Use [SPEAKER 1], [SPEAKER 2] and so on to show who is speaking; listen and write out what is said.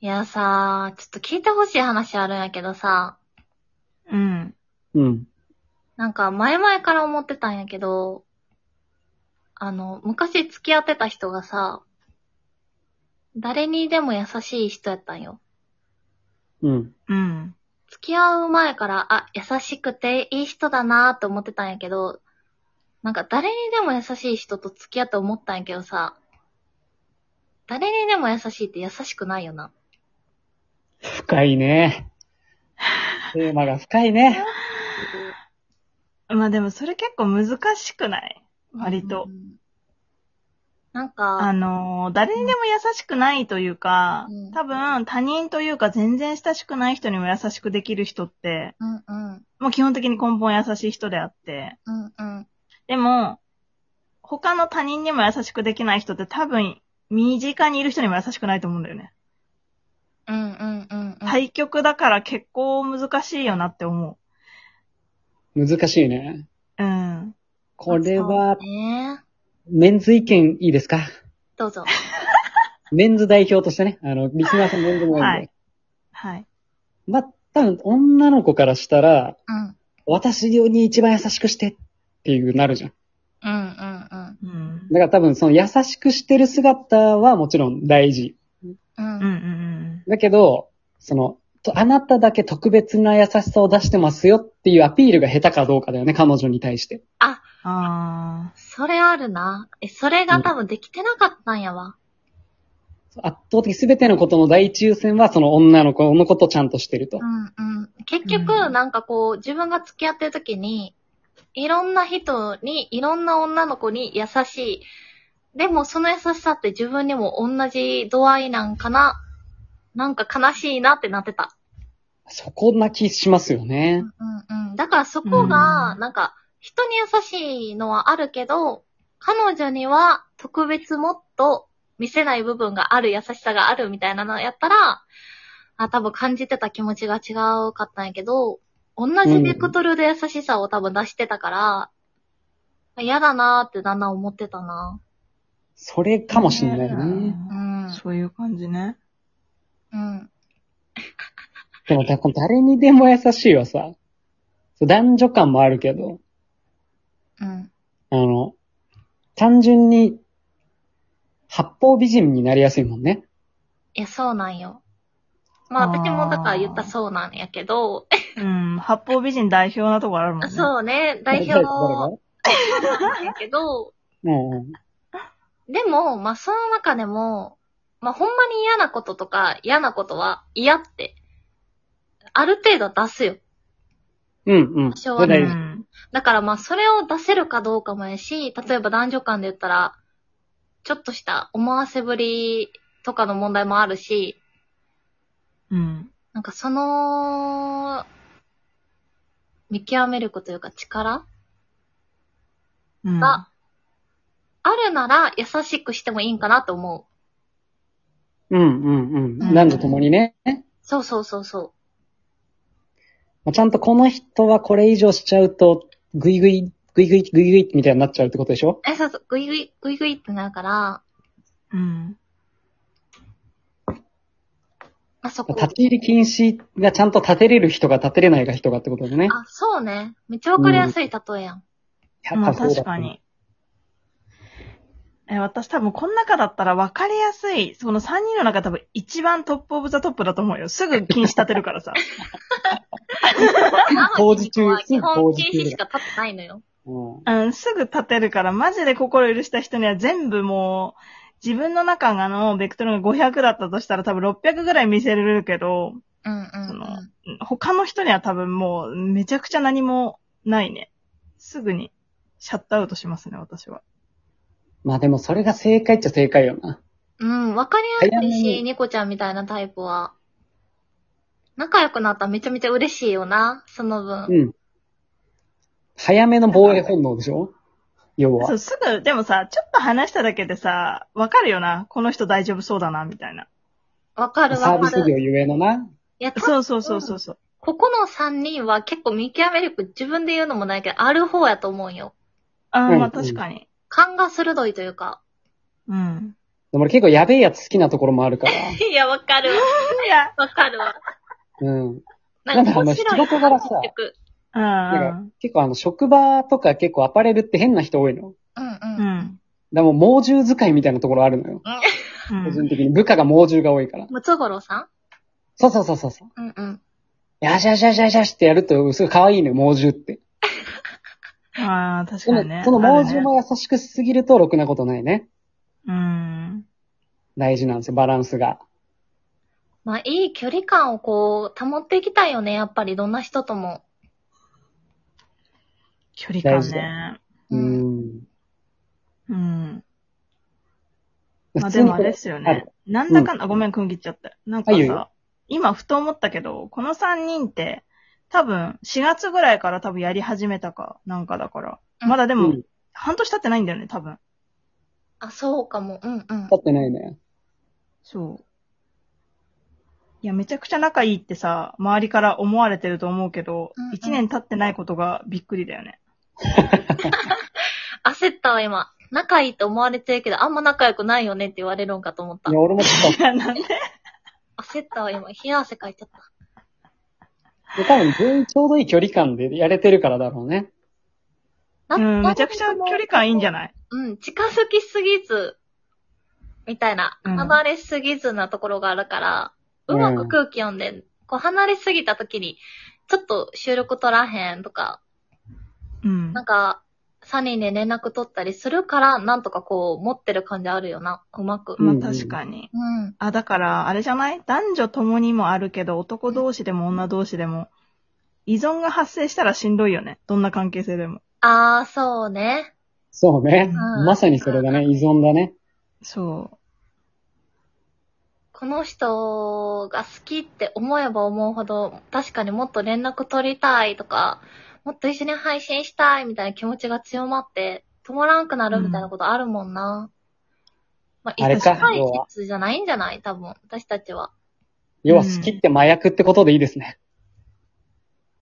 [SPEAKER 1] いやさ、ちょっと聞いてほしい話あるんやけどさ、
[SPEAKER 2] うん。
[SPEAKER 3] うん。
[SPEAKER 1] なんか前々から思ってたんやけど、あの、昔付き合ってた人がさ、誰にでも優しい人やったんよ。
[SPEAKER 3] うん。
[SPEAKER 2] うん。
[SPEAKER 1] 付き合う前から、あ、優しくていい人だなーって思ってたんやけど、なんか誰にでも優しい人と付き合って思ったんやけどさ、誰にでも優しいって優しくないよな。
[SPEAKER 3] 深いね。テーマが深いね。
[SPEAKER 2] まあでもそれ結構難しくない割と
[SPEAKER 1] うん。なんか、
[SPEAKER 2] あのー、誰にでも優しくないというか
[SPEAKER 1] うん、
[SPEAKER 2] 多分他人というか全然親しくない人にも優しくできる人って、
[SPEAKER 1] うんうん。
[SPEAKER 2] もう基本的に根本優しい人であって、
[SPEAKER 1] うんうん。
[SPEAKER 2] でも、他の他人にも優しくできない人って多分、身近にいる人にも優しくないと思うんだよね。
[SPEAKER 1] うんうんうんうん。い。
[SPEAKER 2] 対局だから結構難しいよなって思
[SPEAKER 3] 難しいね。
[SPEAKER 2] う。うん。
[SPEAKER 3] これは、
[SPEAKER 1] ね
[SPEAKER 3] メンズ意見いいですか
[SPEAKER 1] どうぞ。
[SPEAKER 3] メンズ代表としてね、あの、リスナーさんメンズも多いんで。
[SPEAKER 2] はいはい。
[SPEAKER 3] まあ、多分、女の子からしたら、
[SPEAKER 1] うん。
[SPEAKER 3] 私に一番優しくしてっていうなるじゃん。
[SPEAKER 1] うんうんうん。
[SPEAKER 2] うん。
[SPEAKER 3] だから多分、その優しくしてる姿はもちろん大事。
[SPEAKER 1] うん
[SPEAKER 2] うんうんうん。
[SPEAKER 3] だけど、その、とあなただけ特別な優しさを出してますよっていうアピールが下手かどうかだよね、彼女に対して。
[SPEAKER 2] あ
[SPEAKER 1] それあるな。え、それが多分できてなかったんやわ。
[SPEAKER 3] 圧倒的全てのことの第一優先は、その女の子のことをちゃんとしてると
[SPEAKER 1] う。んうん。結
[SPEAKER 2] う
[SPEAKER 1] 局、
[SPEAKER 2] ん
[SPEAKER 1] なんかこう、自分が付き合ってる時に、いろんな人に、いろんな女の子に優しい。でも、その優しさって自分にも同じ度合いなんかな。なんか悲しいなってなってた。
[SPEAKER 3] そこな気しますよね。
[SPEAKER 1] うんうん。だからそこが、
[SPEAKER 2] うん
[SPEAKER 1] なんか、人に優しいのはあるけど、彼女には特別もっと見せない部分がある優しさがあるみたいなのやったら、あ、多分感じてた気持ちが違うかったんやけど、同じベクトルで優しさを多分出してたから、嫌だなーってだんだん思ってたな。
[SPEAKER 3] それ
[SPEAKER 2] あ。
[SPEAKER 3] かもしれないね。
[SPEAKER 1] うん。
[SPEAKER 2] そういう感じね。
[SPEAKER 1] うん。
[SPEAKER 3] でも、だこの誰にでも優しいはさ、そう男女間もあるけど、
[SPEAKER 1] うん。
[SPEAKER 3] あの、単純に、八方美人になりやすいもんね。
[SPEAKER 1] いや、そうなんよ。まあ、
[SPEAKER 2] あー
[SPEAKER 1] 私もだから言ったそうなんやけど、
[SPEAKER 2] うん。八方美人代表なとこあるもんね。
[SPEAKER 1] そうね、代表
[SPEAKER 3] 誰誰が
[SPEAKER 1] なんやけど、
[SPEAKER 3] うんうん。
[SPEAKER 1] でも、まあ、その中でも、まあ、ほんまに嫌なこととか、嫌なことは嫌って、ある程度出すよ。
[SPEAKER 3] うんうん。
[SPEAKER 1] 昭和
[SPEAKER 3] それ
[SPEAKER 1] の
[SPEAKER 2] う
[SPEAKER 3] 大事
[SPEAKER 2] ん
[SPEAKER 1] だからまあ、それを出せるかどうかもやし、例えば男女間で言ったら、ちょっとした思わせぶりとかの問題もあるし、
[SPEAKER 2] うん。
[SPEAKER 1] なんかその、見極めることというか力
[SPEAKER 2] うん。
[SPEAKER 1] ああるなら優しくしてもいいんかなと思う。
[SPEAKER 3] うんうん
[SPEAKER 2] う
[SPEAKER 3] うん。
[SPEAKER 2] ん
[SPEAKER 3] 男女ともにね。
[SPEAKER 1] そうそうそうそ
[SPEAKER 3] まあちゃんとこの人はこれ以上しちゃうと、ぐいぐい、ぐいぐい、ぐいぐいみたいになっちゃうってことでしょ
[SPEAKER 1] う。え、そうそう、ぐいぐい、ぐいぐいってなるから、
[SPEAKER 2] うん。
[SPEAKER 1] まあそこ。
[SPEAKER 3] 立ち入り禁止がちゃんと立てれる人が立てれないが人がってことだね。
[SPEAKER 1] あ、そうね。めっちゃわかりやすい例えやん。
[SPEAKER 3] いや
[SPEAKER 2] まあ
[SPEAKER 3] 多分
[SPEAKER 2] 確
[SPEAKER 3] そうだ
[SPEAKER 2] かに。え、私多分この中だったら分かりやすい、その3人の中多分一番トップオブザトップだと思うよ。すぐ禁止立てるか らさ。
[SPEAKER 3] 工事中
[SPEAKER 1] は基
[SPEAKER 3] 工
[SPEAKER 1] 本
[SPEAKER 3] 事
[SPEAKER 1] 禁
[SPEAKER 3] 中
[SPEAKER 1] 止しか立ってないのよ。
[SPEAKER 3] うん
[SPEAKER 2] うん、すぐ立てるから、マジで心許した人には全部もう、自分の中がの、ベクトルが500だったとしたら多分600ぐらい見せれるけど、
[SPEAKER 1] うんうんうん。
[SPEAKER 2] その他の人には多分もう、めちゃくちゃ何もないね。すぐに、シャットアウトしますね、私は。
[SPEAKER 3] まあでもそれが正解っちゃ正解よな。
[SPEAKER 1] うん、わかりやすい
[SPEAKER 3] 早め
[SPEAKER 1] し、
[SPEAKER 3] に
[SPEAKER 1] ニコちゃんみたいなタイプは。仲良くなったらめちゃめちゃ嬉しいよな、その分。
[SPEAKER 3] うん。早めの防衛本能でしょ要
[SPEAKER 2] そ
[SPEAKER 3] は
[SPEAKER 2] う、。すぐ、でもさ、ちょっと話しただけでさ、わかるよな。この人大丈夫そうだな、みたいな。
[SPEAKER 1] わかる
[SPEAKER 3] サ
[SPEAKER 1] わ
[SPEAKER 3] ービ
[SPEAKER 1] か
[SPEAKER 3] ス業
[SPEAKER 1] る。
[SPEAKER 3] ゆえのな。
[SPEAKER 1] いや、た
[SPEAKER 2] そうそうそうそうそう。
[SPEAKER 1] ここの3人は結構見極め力自分で言うのもないけど、ある方やと思うんよ。
[SPEAKER 2] あ
[SPEAKER 3] う
[SPEAKER 2] あ、
[SPEAKER 3] ん
[SPEAKER 2] まあ確かに。
[SPEAKER 1] 勘が鋭いというか。
[SPEAKER 2] うん。
[SPEAKER 3] でも俺結構やべえやつ好きなところもあるから。
[SPEAKER 1] いや、わかるわ。
[SPEAKER 2] いや、
[SPEAKER 1] わかるわ。
[SPEAKER 3] うん。
[SPEAKER 1] なんか面
[SPEAKER 3] なん
[SPEAKER 1] 白い
[SPEAKER 3] かあの仕事柄さ
[SPEAKER 1] 結局
[SPEAKER 2] うん。
[SPEAKER 3] 結構あの、職場とか結構アパレルって変な人多い
[SPEAKER 1] う
[SPEAKER 3] の。
[SPEAKER 1] ん
[SPEAKER 2] う
[SPEAKER 1] うん。
[SPEAKER 2] ん。
[SPEAKER 3] でも、猛獣使いみたいなところあるのよ。
[SPEAKER 2] う
[SPEAKER 3] 個
[SPEAKER 2] ん
[SPEAKER 3] 人的に。部下が猛獣が多いから。
[SPEAKER 1] ムツゴロウさ
[SPEAKER 3] そうそうそうそうそう。
[SPEAKER 1] んうんうん。
[SPEAKER 3] よしよしよしよしよしってやると、すごい可愛いのよ、猛獣って。
[SPEAKER 2] ああ、確
[SPEAKER 3] そ
[SPEAKER 2] か
[SPEAKER 3] の、
[SPEAKER 2] にね。
[SPEAKER 3] その猛獣
[SPEAKER 2] あ
[SPEAKER 3] も優しくしすぎると、ろくなことないね。
[SPEAKER 2] るね。
[SPEAKER 3] 大事なんですよ、バランスが。
[SPEAKER 1] まあ、いい距離感をこう、保っていきたいよね、やっぱり、どんな人とも。
[SPEAKER 2] うん。距離感
[SPEAKER 3] 大事
[SPEAKER 2] ね。
[SPEAKER 3] う
[SPEAKER 1] うん
[SPEAKER 3] ん。
[SPEAKER 2] うん。まあで
[SPEAKER 3] 普通に
[SPEAKER 2] もあ
[SPEAKER 3] こ
[SPEAKER 2] れ
[SPEAKER 3] れ
[SPEAKER 2] ですよ
[SPEAKER 3] あ
[SPEAKER 2] ね
[SPEAKER 3] る。
[SPEAKER 2] なんだかんだ、ごめん、くん切っちゃって。なんか
[SPEAKER 3] あいいよいい
[SPEAKER 2] さ、今ふと思ったけど、この3人って、多分、4月ぐらいから多分やり始めたか、なんかだから。
[SPEAKER 1] うん
[SPEAKER 2] まだで
[SPEAKER 3] う
[SPEAKER 2] も
[SPEAKER 3] ん、
[SPEAKER 2] 半年経ってないんだよね、多分。
[SPEAKER 1] あ、そうかも。うんうん
[SPEAKER 3] 立。ってないね。
[SPEAKER 2] そう。いや、めちゃくちゃ仲いいってさ、周りから思われてると思うけど
[SPEAKER 1] うんうん、
[SPEAKER 2] 1年経ってないことがびっくりだよね。
[SPEAKER 1] 焦ったわ、今。仲いいと思われてるけど、あんま仲良くないよねって言われるんかと思った
[SPEAKER 3] い。や、俺もちょっ
[SPEAKER 2] いや、 なんで
[SPEAKER 1] 焦ったわ、今。冷や汗かいちゃった。
[SPEAKER 3] と、多分全員ちょうどいい距離感でやれてるからだろうね。
[SPEAKER 2] うん、めちゃくちゃ距離感いいんじゃ
[SPEAKER 1] ない
[SPEAKER 2] ない
[SPEAKER 1] うん、近づきすぎず、みたいな、
[SPEAKER 2] うん
[SPEAKER 1] 離れすぎずなところがあるから、
[SPEAKER 3] う
[SPEAKER 1] うんまく空気読んで、こう離れすぎた時に、ちょっと収録取らへんとか、
[SPEAKER 2] うん
[SPEAKER 1] な。んか、サニーで連絡取ったりするから、なんとかこう、持ってる感じあるよな、うまく。
[SPEAKER 3] ん
[SPEAKER 2] まあ確かに。
[SPEAKER 1] うん。
[SPEAKER 2] あ、だから、あれじゃない男女共にもあるけど、男同士でも女同士でも、依存が発生したらしんどいよね。どんな関係性でも。
[SPEAKER 1] あー、そうね。
[SPEAKER 3] そうね。
[SPEAKER 1] うん
[SPEAKER 3] まさにそれだね。依存だね。
[SPEAKER 2] そ
[SPEAKER 1] この人が好きって思えば思うほど、確かにもっと連絡取りたいとか、もっと一緒に配信したいみたいな気持ちが強まって、止まらんくなるみたいなことあるもんな。まあ、
[SPEAKER 3] あれか
[SPEAKER 1] 一
[SPEAKER 3] 要
[SPEAKER 1] 緒
[SPEAKER 3] は
[SPEAKER 1] 解決じゃないんじゃない多分、私たちは。
[SPEAKER 3] 要は好きって麻薬ってことでいいですね。